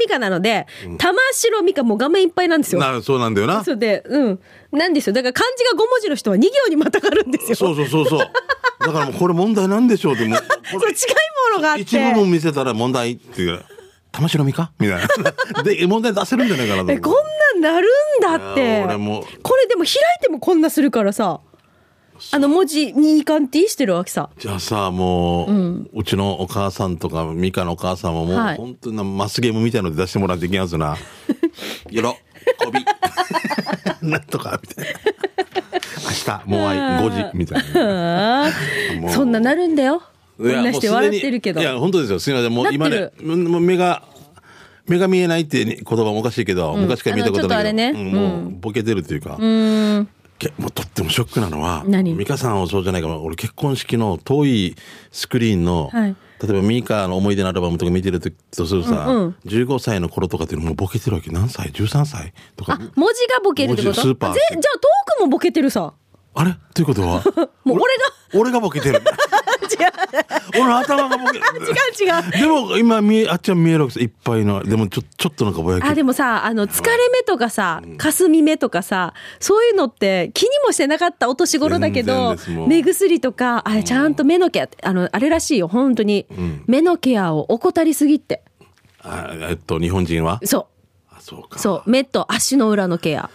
Speaker 1: 美香なので、玉城美香もう画面いっぱいなんですよ。
Speaker 2: なそうなんだよな。そ
Speaker 1: そうで、うん。なんですよ。だから漢字が5文字の人は2行にまたがるんですよ。
Speaker 2: うそうそうそう。だからもうこれ問題なんでしょうでもう、こ
Speaker 1: そう
Speaker 2: れ
Speaker 1: 近いものがあって。
Speaker 2: 一部も見せたら問題っていう。玉城美香みたい
Speaker 1: (laughs)
Speaker 2: な。で、問題出せるんじゃないかなと
Speaker 1: え、こ
Speaker 2: 思う。
Speaker 1: んなんなるんだっ
Speaker 2: い
Speaker 1: て
Speaker 2: や。俺も
Speaker 1: これでも開いてもこんなするからさ。あの文字にいかんていしてるわけさ。
Speaker 2: じゃあさ、もう、うちのお母さんとか、美香のお母さんももう、
Speaker 1: はい
Speaker 2: 本当にマスゲームみたいので出してもらっていけんや
Speaker 1: (laughs)
Speaker 2: つな。よろ、こび。 (laughs) なんとか、みたいな。明日、もうあい5時、みたいな。
Speaker 1: あ
Speaker 2: も
Speaker 1: あ。(laughs)
Speaker 2: う
Speaker 1: そんななるんだよ。こ
Speaker 2: いや
Speaker 1: んなして笑ってるけど
Speaker 2: もうすでにい。や、本当ですよ。すみません。もう今
Speaker 1: なっ
Speaker 2: ね、
Speaker 1: て
Speaker 2: もう目が、目が見えないって言葉もおかしいけど、昔から見たことないけど。
Speaker 1: あのちょっとあれね
Speaker 2: うんもう、ボケてるというか。けもうとってもショックなのは、
Speaker 1: 何
Speaker 2: 美香さんはそうじゃないか、俺結婚式の遠いスクリーンの、
Speaker 1: はい
Speaker 2: 例えば美香の思い出のアルバムとか見てるととするさ、
Speaker 1: うんうん
Speaker 2: 15歳の頃とかっていうのもうボケてるわけ。何歳 ?13 歳と
Speaker 1: あ
Speaker 2: か。、
Speaker 1: 文字がボケるってこ
Speaker 2: 文
Speaker 1: とぜじ
Speaker 2: 字スー
Speaker 1: ゃ
Speaker 2: パ
Speaker 1: あ
Speaker 2: ー
Speaker 1: トークもボケてる
Speaker 2: (laughs)
Speaker 1: さ。
Speaker 2: あれということは、
Speaker 1: (laughs) もう俺
Speaker 2: 俺がボケ
Speaker 1: (laughs)
Speaker 2: てる。俺の頭がボケてる。
Speaker 1: が。違う違う。
Speaker 2: でも今見えあっちは見えるわけですいっぱいのでもちょちょっとなんかぼやけ
Speaker 1: あ、でもさ、あの、疲れ目とかさ、霞目とかさ、そういうのって気にもしてなかったお年頃だけ
Speaker 2: 全然
Speaker 1: ど
Speaker 2: ですも、う
Speaker 1: 目薬とか、あれちゃんと目のケアって、あの、あれらしいよ、本当に。目のケアを怠りすぎって。
Speaker 2: あえっと日本人は
Speaker 1: そ
Speaker 2: あそう
Speaker 1: う。
Speaker 2: か
Speaker 1: そう。目と足の裏のケア。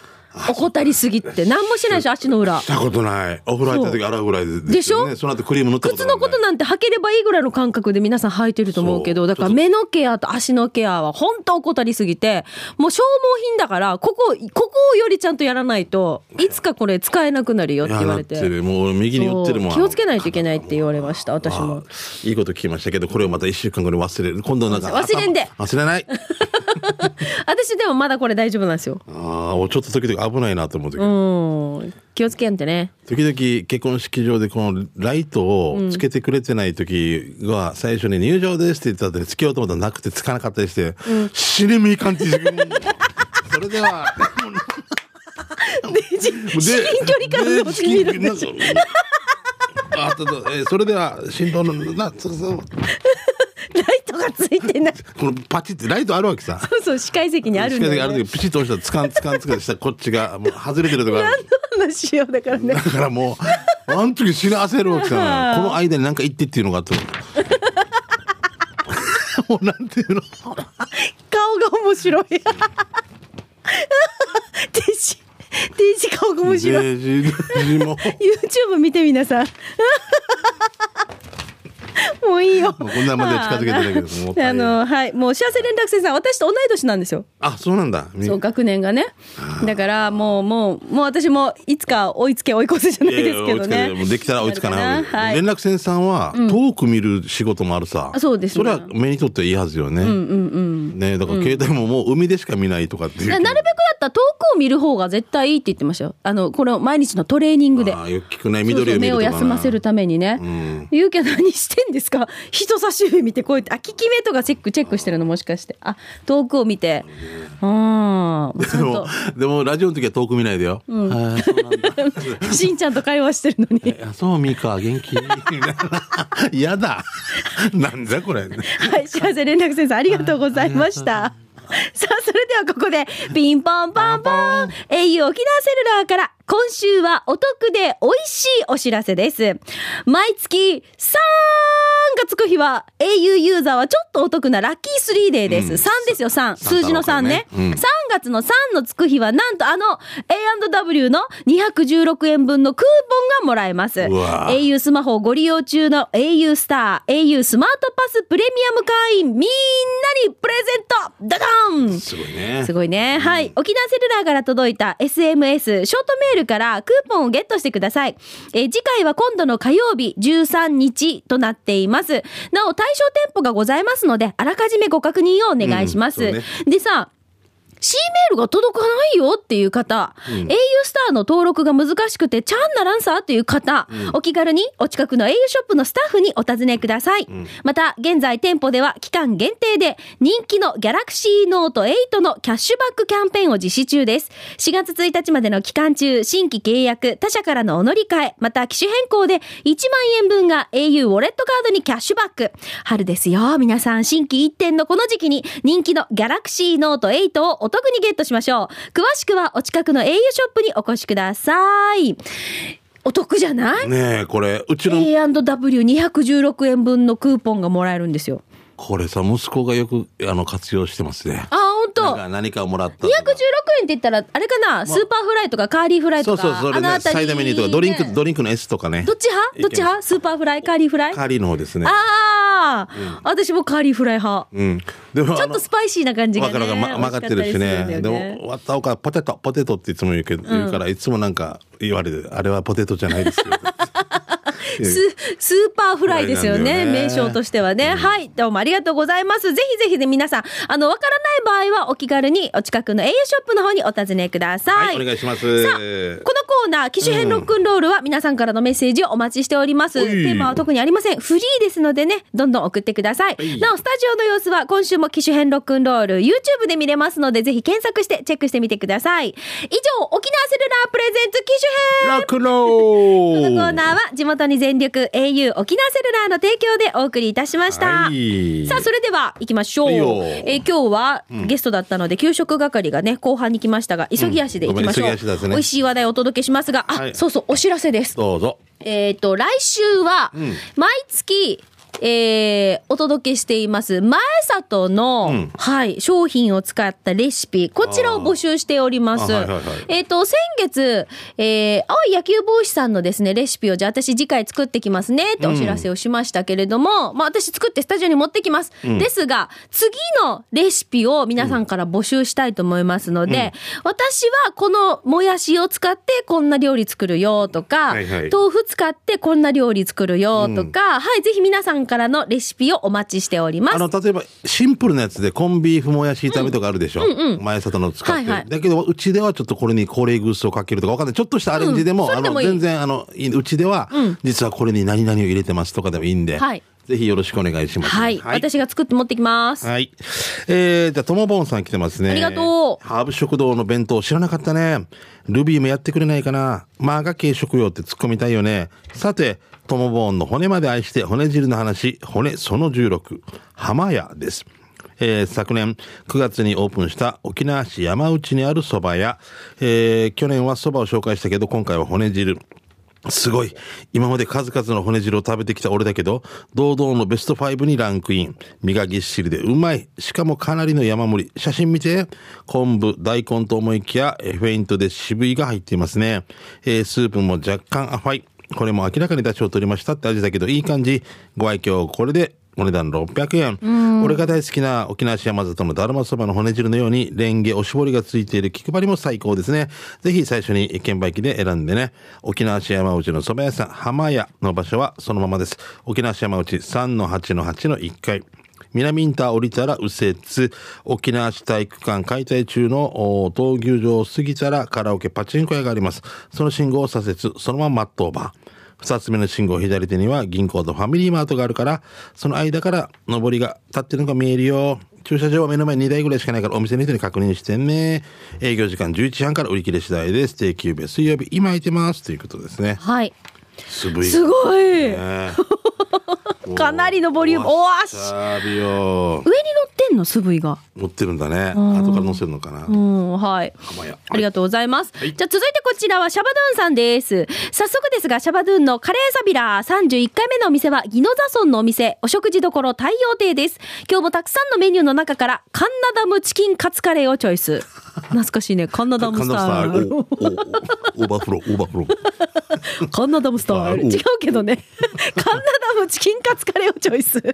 Speaker 1: 怠りすぎって。何もしてないでしょ、足の裏
Speaker 2: し。たことないお風呂入った時洗うぐらいで
Speaker 1: でしょ
Speaker 2: ねその後クリーム塗ったこと
Speaker 1: 靴のことなんて履ければいいぐらいの感覚で皆さん履いてると思うけ
Speaker 2: そ
Speaker 1: ど、
Speaker 2: う
Speaker 1: だから
Speaker 2: ちょっと
Speaker 1: 目のケアと足のケアは本当怠りすぎて、もう消耗品だから、ここ、ここよりちゃんとやらないと、いつかこれ使えなくなるよっ
Speaker 2: い
Speaker 1: て
Speaker 2: や
Speaker 1: 言わ
Speaker 2: なっ
Speaker 1: れて。
Speaker 2: てるもう右に寄ってるもん
Speaker 1: そう気をつけないとい
Speaker 2: ない
Speaker 1: けないって言われました、私も。
Speaker 2: いいこと聞きましたけどこれをまた1週間後に忘れる今度なんか
Speaker 1: 忘れんで
Speaker 2: 頭忘れない
Speaker 1: 私でもまだこれ大丈夫なんですよ。
Speaker 2: ああもうちょっと時々危ないなと思う時、
Speaker 1: うん。気をつけんってね。
Speaker 2: 時々結婚式場でこのライトをつけてくれてない時は最初に入場ですって言った後につけようと思ったらなくてつかなかったりして、死ねみいかんって自
Speaker 1: (laughs)
Speaker 2: 分もそれでは。 (laughs) で、至
Speaker 1: 近距離からの
Speaker 2: し
Speaker 1: 見るんでしょ
Speaker 2: あとと、えーそれでは、振動の、な、そうそう、
Speaker 1: ライトがついてない。
Speaker 2: このパチってライトあるわけさ。
Speaker 1: そうそう、視界席にあるんだ
Speaker 2: 近
Speaker 1: よ、
Speaker 2: くにあ
Speaker 1: ね
Speaker 2: る。時、ピチッと押したら、つかんつかんつかんしたら、こっちが、もう外れてるとかある。
Speaker 1: 話ようだからね。
Speaker 2: だからもう、あの時死な焦るわけさ。この間に何か言ってっていうのが
Speaker 1: (laughs)
Speaker 2: あったのもうなんていうの
Speaker 1: 顔が面白い。 (laughs) てし、てし顔が面白い。
Speaker 2: デジデジも
Speaker 1: YouTube 見てみなさん。 (laughs) もういいよ。
Speaker 2: もうこんなまで近づけてないけどもう
Speaker 1: あ
Speaker 2: 大変
Speaker 1: の、はい。もう幸せ連絡船さん、私と同い年なんですよ。
Speaker 2: あ、そうなんだ。
Speaker 1: そう、学年がね。だから、もう、もう、もう私もいつか追いつけ追い越せじゃないですけど
Speaker 2: いやいや追いつかない
Speaker 1: ね
Speaker 2: も。うできたら追いつかない。
Speaker 1: はい。
Speaker 2: 連絡船さんは、遠く見る仕事もあるさ。
Speaker 1: あそうですね
Speaker 2: それは目にとっていいはずよね。
Speaker 1: うんうんうん。
Speaker 2: ねだから携帯ももう海でしか見ないとかっていう。
Speaker 1: ななるべくだったった遠くを見る方が絶対いいって言ってましたよ。あの、これを毎日のトレーニングで。
Speaker 2: ああよく聞くね
Speaker 1: そう
Speaker 2: 緑
Speaker 1: そう
Speaker 2: を見
Speaker 1: 目
Speaker 2: る
Speaker 1: を
Speaker 2: とかな
Speaker 1: 休ませるためにね。
Speaker 2: うん
Speaker 1: ゆうきゃん何してんですか (laughs) 人差し指見てこうやって、あ、利き目とかチェック、チェックしてるのもしかして。あ、遠くを見て。うん。ち
Speaker 2: で
Speaker 1: ょ
Speaker 2: も
Speaker 1: っ
Speaker 2: でもラジオの時は遠く見ないでよ、ああそうなんだ
Speaker 1: と、しんちゃんと会話してるのに。
Speaker 2: あそうみか元気 (laughs) やだなんだこれ
Speaker 1: はい、幸せ連絡先生ありがとうございました。さあ、それではここで、ピンポンパンポン、au 沖縄セルラーから、今週はお得で美味しいお知らせです。毎月3がつく日は、au ユーザーはちょっとお得なラッキースリーデーです。
Speaker 2: うん
Speaker 1: 3ですよ、3。
Speaker 2: 三
Speaker 1: 数字の3ね。
Speaker 2: うん
Speaker 1: 3月の3のつく日は、なんとあの A&W の216円分のクーポンがもらえます。
Speaker 2: うわ
Speaker 1: au スマホをご利用中の au スター、au スマートパスプレミアム会員みんなにプレゼントダダン
Speaker 2: すごいね
Speaker 1: すごいね。はい。沖縄セルラーから届いた SMS、ショートメールからクーポンをゲットしてください。えー次回は今度の火曜日13日となっています。なお、対象店舗がございますので、あらかじめご確認をお願いします。
Speaker 2: うんそうね
Speaker 1: でさ、C メールが届かないよっていう方、au スターの登録が難しくてチャンならんさという方、お気軽にお近くの au ショップのスタッフにお尋ねください。また、現在店舗では期間限定で人気の Galaxy Note 8のキャッシュバックキャンペーンを実施中です。4月1日までの期間中、新規契約、他社からのお乗り換え、また機種変更で1万円分が au ウォレットカードにキャッシュバック。春ですよ。皆さん、新規一点のこの時期に人気の Galaxy Note 8をお得にゲットしましょう。詳しくはお近くの au ショップにお越しください。お得じゃない
Speaker 2: ねえこれうちの
Speaker 1: A&W216 円分のクーポンがもらえるんですよ。
Speaker 2: これさ息子がよくあの活用してますね
Speaker 1: あ、ほんと。
Speaker 2: な
Speaker 1: 216
Speaker 2: んか何かをもらったと
Speaker 1: 円
Speaker 2: か
Speaker 1: って言ったら、あれかな、スーパーフライとかカーリーフライ
Speaker 2: そ
Speaker 1: と
Speaker 2: う
Speaker 1: か。
Speaker 2: そうそれ
Speaker 1: あの
Speaker 2: ね
Speaker 1: 辺
Speaker 2: サイ
Speaker 1: り
Speaker 2: ドメニューとかドリンク、
Speaker 1: ね
Speaker 2: ドリンクの S とかね
Speaker 1: どっち派どっち派スーパーフライカーリーフライ
Speaker 2: カーリーの方ですね
Speaker 1: ああ、私もカーリーフライ派。
Speaker 2: うんでも
Speaker 1: ちょっとスパイシーな感じが
Speaker 2: わ
Speaker 1: ね。
Speaker 2: かるわかるま曲がってるしね
Speaker 1: 美味しかったりするん
Speaker 2: で
Speaker 1: だよ
Speaker 2: も割ったおかポテトポテトっていつも言うけど、言うからいつもなんか言われるあれはポテトじゃないです
Speaker 1: (laughs)
Speaker 2: よ
Speaker 1: ススーパーフライですよ
Speaker 2: フライ
Speaker 1: ね
Speaker 2: なんだよね
Speaker 1: 名称としてはね、はいどうもありがとうございますぜひぜひね皆さんあのわからない場合はお気軽にお近くの au ショップの方にお尋ねください、
Speaker 2: はいお願いします
Speaker 1: さあこのコーナー機種編ロックンロールは皆さんからのメッセージをお待ちしております、
Speaker 2: はい
Speaker 1: テーマは特にありませんフリーですのでねどんどん送ってください、なおスタジオの様子は今週も機種編ロックンロール YouTube で見れますのでぜひ検索してチェックしてみてください以上沖縄セルラープレゼンツ機種編
Speaker 2: ラクロ
Speaker 1: このコー
Speaker 2: ー
Speaker 1: ナーは地元に全力 au 沖縄セルラーの提供でお送りいたしました。
Speaker 2: はい
Speaker 1: さあ、それでは行きましょう。
Speaker 2: はいよ
Speaker 1: えー今日はゲストだったので、給食係がね、後半に来ましたが、急ぎ足で行きましょう。
Speaker 2: うんごめん急ぎ足ですね
Speaker 1: 美味しい話題をお届けしますが、あ、
Speaker 2: はい
Speaker 1: そうそう、お知らせです。
Speaker 2: どうぞ
Speaker 1: えっ、と、来週は、毎月、えーお届けしています、前里の、
Speaker 2: ん
Speaker 1: はい、商品を使ったレシピ、こちらを募集しております。
Speaker 2: あはいはいはい
Speaker 1: えっ、と、先月、えー青い野球帽子さんのですね、レシピを、じゃあ私次回作ってきますね、ってお知らせをしましたけれども、まあ私作ってスタジオに持ってきます。ですが、次のレシピを皆さんから募集したいと思いますので、私はこのもやしを使ってこんな料理作るよとか、
Speaker 2: はいはい
Speaker 1: 豆腐使ってこんな料理作るよとか、はい、ぜひ皆さんからのレシピをお待ちしております
Speaker 2: あ。の例えばシンプルなやつでコンビーフもやし炒めとかあるでしょ、前里の使って、
Speaker 1: はいはい
Speaker 2: だけどうちではちょっとこれにコレーグースをかけるとかわかんないちょっとしたアレンジでも,、
Speaker 1: うんそれでも
Speaker 2: あの
Speaker 1: いい
Speaker 2: 全然あのいいうちでは、実はこれに何々を入れてますとかでもいいんで、
Speaker 1: はい
Speaker 2: ぜひよろしくお願いします、
Speaker 1: はい、私が作って持ってきます。
Speaker 2: はい。えー、じゃあ、ともぼんさん来てますね。
Speaker 1: ありがとう
Speaker 2: ハーブ食堂の弁当知らなかったね。ルビーもやってくれないかな。まあが軽食用って突っ込みたいよね。さて、ともぼんの骨まで愛して骨汁の話、骨その16、浜屋です。えー昨年9月にオープンした沖縄市山内にある蕎麦屋。えー去年は蕎麦を紹介したけど、今回は骨汁。すごい。今まで数々の骨汁を食べてきた俺だけど、堂々のベスト5にランクイン。身がぎっしりでうまい。しかもかなりの山盛り。写真見て。昆布、大根と思いきや、えフェイントで渋いが入っていますね。えースープも若干甘い。これも明らかに出汁を取りましたって味だけど、いい感じ。ご愛嬌、これでお値段600円。俺が大好きな沖縄市山里のだるまそばの骨汁のように、レンゲ、おしぼりがついている気配りも最高ですね。ぜひ最初に券売機で選んでね。沖縄市山内の蕎麦屋さん、浜屋の場所はそのままです。沖縄市山内3-8-8-1階。南インター降りたら右折、沖縄市体育館解体中のお闘牛場を過ぎたらカラオケパチンコ屋があります。その信号を左折、そのままマットオーバー。二つ目の信号左手には銀行とファミリーマートがあるから、その間から上りが立ってるのが見えるよ。駐車場は目の前に2台ぐらいしかないからお店の人に確認してね。営業時間11時半から売り切れ次第です。定休日水曜日、今空いてます。ということですね。
Speaker 1: はい。
Speaker 2: すごい。
Speaker 1: すごい。上に乗
Speaker 2: ね
Speaker 1: (laughs) かなりのボリュームおわし
Speaker 2: わさびを
Speaker 1: ってんの、すぶいが。
Speaker 2: 持ってるんだね。後から乗せるのかな。
Speaker 1: うん、はい。
Speaker 2: 浜屋
Speaker 1: ありがとうございます。じゃあ続いてこちらはシャバドゥンさんです。早速ですが、シャバドゥンのカレーサビラー31回目のお店は、ギノザ村のお店、お食事どころ太陽亭です。今日もたくさんのメニューの中から、カンナダムチキンカツカレーをチョイ (laughs) ス。懐かしいね。カンナダムスタイル。
Speaker 2: おおおオーバーフロー、オーバーフロー。
Speaker 1: (laughs) カンナダムスタイル。
Speaker 2: うん
Speaker 1: 違うけどね。カンナダムチキンカツカレーをチョイス。で、今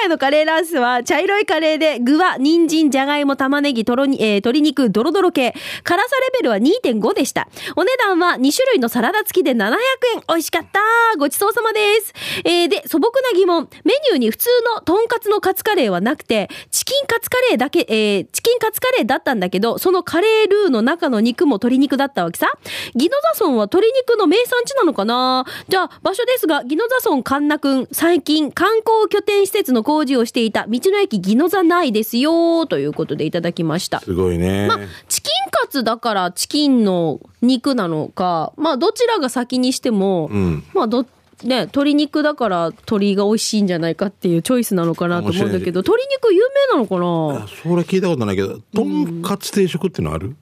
Speaker 1: 回のカレーライスは、茶色いカレーで、具は、人参、じゃがいも、玉ねぎ、とろに、えー鶏肉、ドロドロ系。辛さレベルは2.5でした。お値段は2種類のサラダ付きで700円。美味しかったごちそうさまです。えーで、素朴な疑問。メニューに普通のとんかつのカツカレーはなくて、チキンカツカレーだけ、えーチキンカツカレーだったんだけど、そのカレールーの中の肉も鶏肉だったわけさ。ギノザ村は鶏肉の名産地なのかなじゃあ、場所ですが、ギノザ村神奈君、最近観光拠点施設の工事をしていた道の駅ギノザ内ですよ、ということでいただきました。
Speaker 2: すごいね。
Speaker 1: チキンカツだからチキンの肉なのか、まあどちらが先にしても、
Speaker 2: うん。
Speaker 1: まあど、ね、鶏肉だから鶏が美味しいんじゃないかっていうチョイスなのかなと思うんだけど、鶏肉有名なのかな
Speaker 2: あそれ聞いたことないけど、とんかつ定食ってのあるん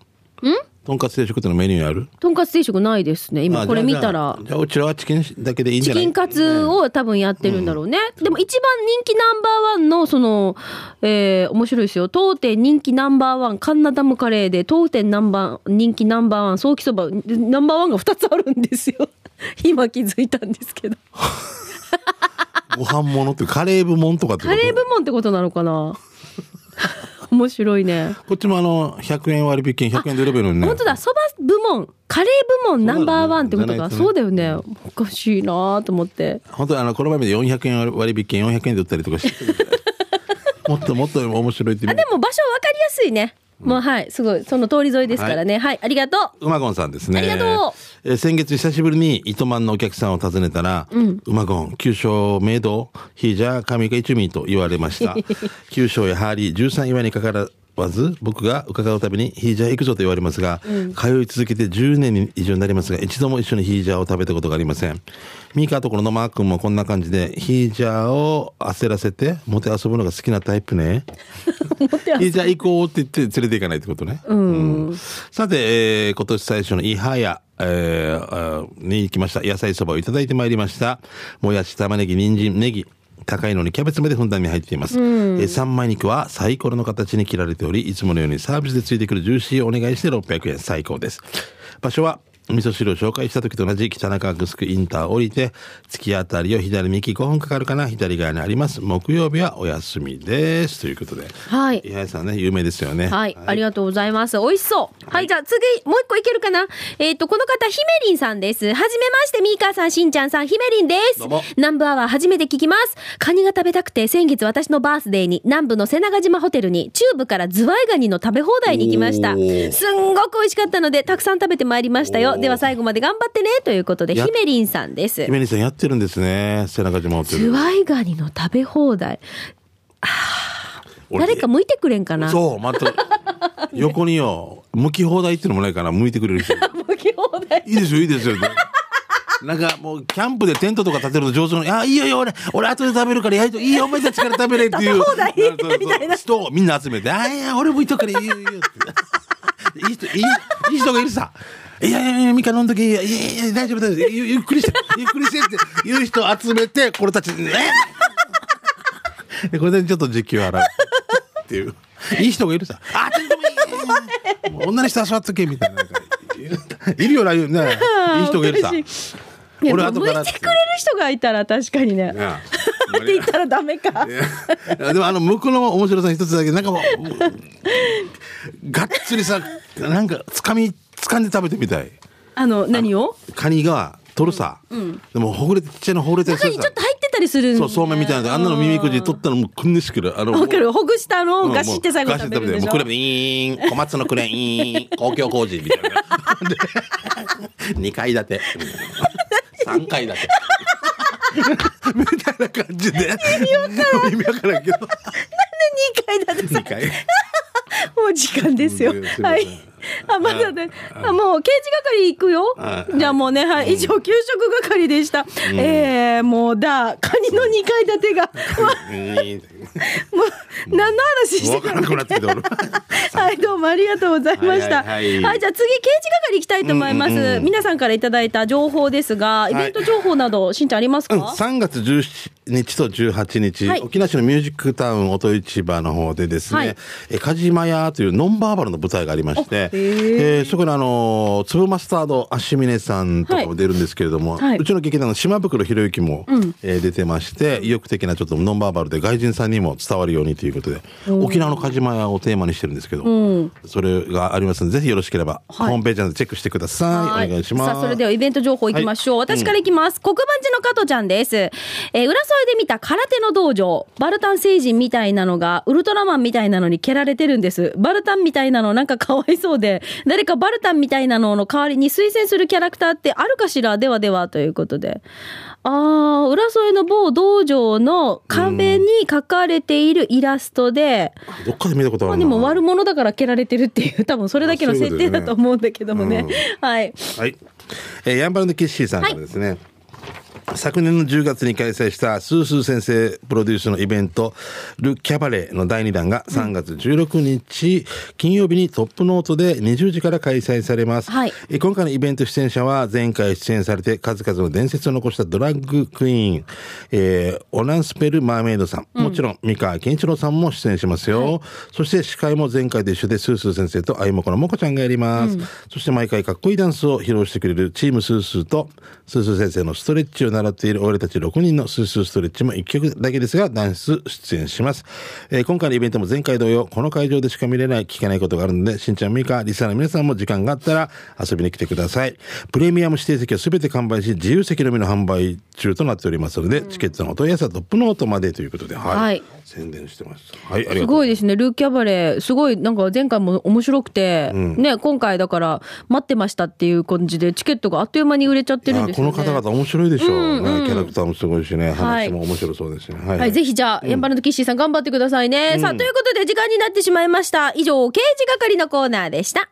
Speaker 2: とんかつ定食ってのメニューある
Speaker 1: とんかつ定食ないですね。今
Speaker 2: あ
Speaker 1: これ見た
Speaker 2: じゃ
Speaker 1: ら
Speaker 2: あ。じゃあ、うちらはチキンだけでいいんじ
Speaker 1: チ
Speaker 2: ゃない
Speaker 1: キンカツを多分やってるんだろうね。でも一番人気ナンバーワンの、その、えー、面白いですよ。当店人気ナンバーワン、カンナダムカレーで、当店ナンバー、人気ナンバーワン、早期そば、ナンバーワンが2つあるんですよ。 (laughs) 今気づいたんですけど。
Speaker 2: ご飯物ってカレー部門とかってこ
Speaker 1: カ
Speaker 2: と
Speaker 1: レー部門ってことなのかな (laughs) 面白いね。
Speaker 2: こっちもあの、100円割引券100円で売ればいいのにね。
Speaker 1: 本当だ、そば部門、カレー部門ナンバーワンってことか。
Speaker 2: そ
Speaker 1: そうう
Speaker 2: だ
Speaker 1: だよね。おかしいなと思って。
Speaker 2: 本当にあの、この前まで400円割引券400円で売ったりとかして
Speaker 1: (laughs)
Speaker 2: たけどもっともっと面白いって
Speaker 1: あ、でも場所わかりやすいね。もうはい、すごい。その通り沿いですからね。はい、ありがとう。 (laughs)
Speaker 2: 馬ゴンさんですね。
Speaker 1: ありがと
Speaker 2: えー先月久しぶりに糸満のお客さんを訪ねたら、馬ゴン、旧賞名道、ヒジャー、神が一味と言われま
Speaker 1: (laughs)
Speaker 2: した。旧賞やはり13岩にかからわず、僕が伺うたびにヒージャー行くぞと言われますが、通い続けて10年以上になりますが、一度も一緒にヒージャーを食べたことがありません。ミカところのマー君もこんな感じで、ヒージャーを焦らせて、持て遊ぶのが好きなタイプね。いいじゃあ行こうって言って連れて行かないってことね。うんさて、えー今年最初のイハヤ、えーあーに行きました。野菜そばをいただいてまいりました。もやし、玉ねぎ、人参、ネギ。高いのにキャベツまでふんだんに入っています。えー三枚肉はサイコロの形に切られており、いつものようにサービスでついてくるジューシーをお願いして600円。最高です。場所は味噌汁を紹介した時と同じ北中城インターを降りて、突き当たりを左右5分かかるかな、左側にあります。木曜日はお休みです。ということで。
Speaker 1: はい
Speaker 2: 八重さんね、有名ですよね。
Speaker 1: はい、ありがとうございます。美味しそう。はい、じゃあ次、もう一個いけるかなえっ、と、この方、ひめりんさんです。はじめまして、みーかーさん、しんちゃんさん、ひめりんです。
Speaker 2: どうも
Speaker 1: 南部アワー初めて聞きます。カニが食べたくて、先月私のバースデーに、南部の瀬長島ホテルに、中部からズワイガニの食べ放題に行きました
Speaker 2: お。ー
Speaker 1: すんごく美味しかったので、たくさん食べてまいりました
Speaker 2: お
Speaker 1: よ。
Speaker 2: ー
Speaker 1: では最後まで頑張ってね、ということで、ひ
Speaker 2: や
Speaker 1: めりんさんです。
Speaker 2: 姫にさんやってるんですね。背中島ホテ
Speaker 1: ズ
Speaker 2: ル。
Speaker 1: ワイガニの食べ放題。誰か向いてくれんか (laughs) な
Speaker 2: そう、また、横によ、向き放題っていうのもないから、向いてくれる人。
Speaker 1: 向き放題。
Speaker 2: いいですよ、いいですよ。なんかもうキャンプでテントとか建てるの上手なのあいいよいいよ俺俺後で食べるからやいといいよお前たちから食べれっていう
Speaker 1: 食べ放題
Speaker 2: みたいな人をみんな集めてあいや俺もいとくからいいよいいよっていい人いいいい人がいるさいやいやいやミカ飲んどきいやいやいや大丈夫大丈夫ゆゆっくりしてゆっくりしてっていう人集めてこれたちねでこれでちょっと時給払うっていういい人がいるさあ全然いいもう女の人は座っとけみたいななんかいるよないうねいい人がいるさ
Speaker 1: いや
Speaker 2: 俺
Speaker 1: でも
Speaker 2: 後から
Speaker 1: 向いてくれる人がいたら確かにね。
Speaker 2: なあ
Speaker 1: って言ったらダメか。
Speaker 2: でもあの向こうの面白さ一つだけなんかもうがっつりさなんかつかみ掴んで食べてみたい
Speaker 1: あの、何を
Speaker 2: カニが取るさ、でもほぐれてちっちゃいのほぐれて
Speaker 1: 中にちょっと入ってったりするんだ
Speaker 2: そうそうめんみたいなあんなの耳くじ取ったらもうこんなしくるあの
Speaker 1: わかるほぐしたあの
Speaker 2: うんもう
Speaker 1: ガシって最後
Speaker 2: ガシ
Speaker 1: 食
Speaker 2: ッ
Speaker 1: べるんでしょ
Speaker 2: もうクレープでイーン小松のクレー
Speaker 1: (laughs)
Speaker 2: ンイーン公共工事みたいなで2階建て3階建てみたいな感じで意味わからんけど
Speaker 1: 2回だってさ
Speaker 2: 2階
Speaker 1: (laughs) もう時間ですよ
Speaker 2: うんすいま
Speaker 1: は
Speaker 2: せん
Speaker 1: いあまだねあもう刑事係行くよ
Speaker 2: はい
Speaker 1: じゃあもうねはい以上給食係でしたえーもうだカニの2階建てがもう何の話して
Speaker 2: 分
Speaker 1: たの
Speaker 2: からなくなってきた俺
Speaker 1: (laughs) はい、どうもありがとうございました。は
Speaker 2: はいいはいはい
Speaker 1: じゃあ次、刑事係行きたいと思います。
Speaker 2: うんうんうん
Speaker 1: 皆さんからいただいた情報ですが、イベント情報など、しんちゃんありますか、
Speaker 2: うん、3月17日と18日、
Speaker 1: はい
Speaker 2: 沖縄市のミュージックタウン音市場の方でですね、
Speaker 1: はい
Speaker 2: えカジマヤというノンバーバルの舞台がありまして、えーそこにあのー粒マスタード足峰さんとかも出るんですけれども、
Speaker 1: いはいう
Speaker 2: ちの劇団の島袋博之も、えー出てまして意欲的なちょっとノンバーバルで外人さんにも伝わるようにということで沖縄のカジマヤをテーマにしてるんですけど、それがありますのでぜひよろしければ、
Speaker 1: はい
Speaker 2: ホームページなどチェックしてください、お願いします。
Speaker 1: さあ、それではイベント情報いきましょう。私からいきます。黒板地の加藤ちゃんです。えー浦添で見た空手の道場。バルタン星人みたいなのが、ウルトラマンみたいなのに蹴られてるんです。バルタンみたいなのなんかかわいそうで、誰かバルタンみたいなのの代わりに推薦するキャラクターってあるかしらではでは、ということで。あー、浦添の某道場の壁に書かれているイラストで、
Speaker 2: どっかで見たことあ
Speaker 1: まあ
Speaker 2: る
Speaker 1: で
Speaker 2: な
Speaker 1: も悪者だから蹴られてるっていう、多分それだけの設定だと思うんだけどもね。
Speaker 2: そういうこと
Speaker 1: はい。
Speaker 2: はい。えーヤンバルのキッシーさんからですね。昨年の10月に開催したスースー先生プロデュースのイベント、ル・キャバレーの第2弾が3月16日、金曜日にトップノートで20時から開催されます。
Speaker 1: はい
Speaker 2: えー今回のイベント出演者は前回出演されて数々の伝説を残したドラッグクイーン、えーオランスペル・マーメイドさん、もちろん三河健一郎さんも出演しますよ、そして司会も前回と一緒でスースー先生とあいもこのもこちゃんがやります、そして毎回かっこいいダンスを披露してくれるチームスースーとスースー先生のストレッチを習っている俺たち6人のスースーストレッチも1曲だけですがダンス出演します、えー今回のイベントも前回同様この会場でしか見れない聞けないことがあるのでしんちゃんみかリスナーの皆さんも時間があったら遊びに来てくださいプレミアム指定席は全て完売し自由席のみの販売中となっておりますので、チケットのお問い合わせはトップノートまでということではい、
Speaker 1: はい
Speaker 2: 宣伝してますはいあり
Speaker 1: す
Speaker 2: がとう
Speaker 1: ごいですね。ルーキャバレー、すごい、なんか前回も面白くて、ね、今回だから、待ってましたっていう感じで、チケットがあっという間に売れちゃってるん
Speaker 2: いや
Speaker 1: です
Speaker 2: こ
Speaker 1: よね。
Speaker 2: の方々面白いでしょう、ねキャラクターもすごいしね
Speaker 1: はい
Speaker 2: 話も面白そうですねはい、
Speaker 1: はい、ぜひじゃあ、ヤンバルのキッシーさん頑張ってくださいね。さあ、ということで時間になってしまいました。以上、刑事係のコーナーでした。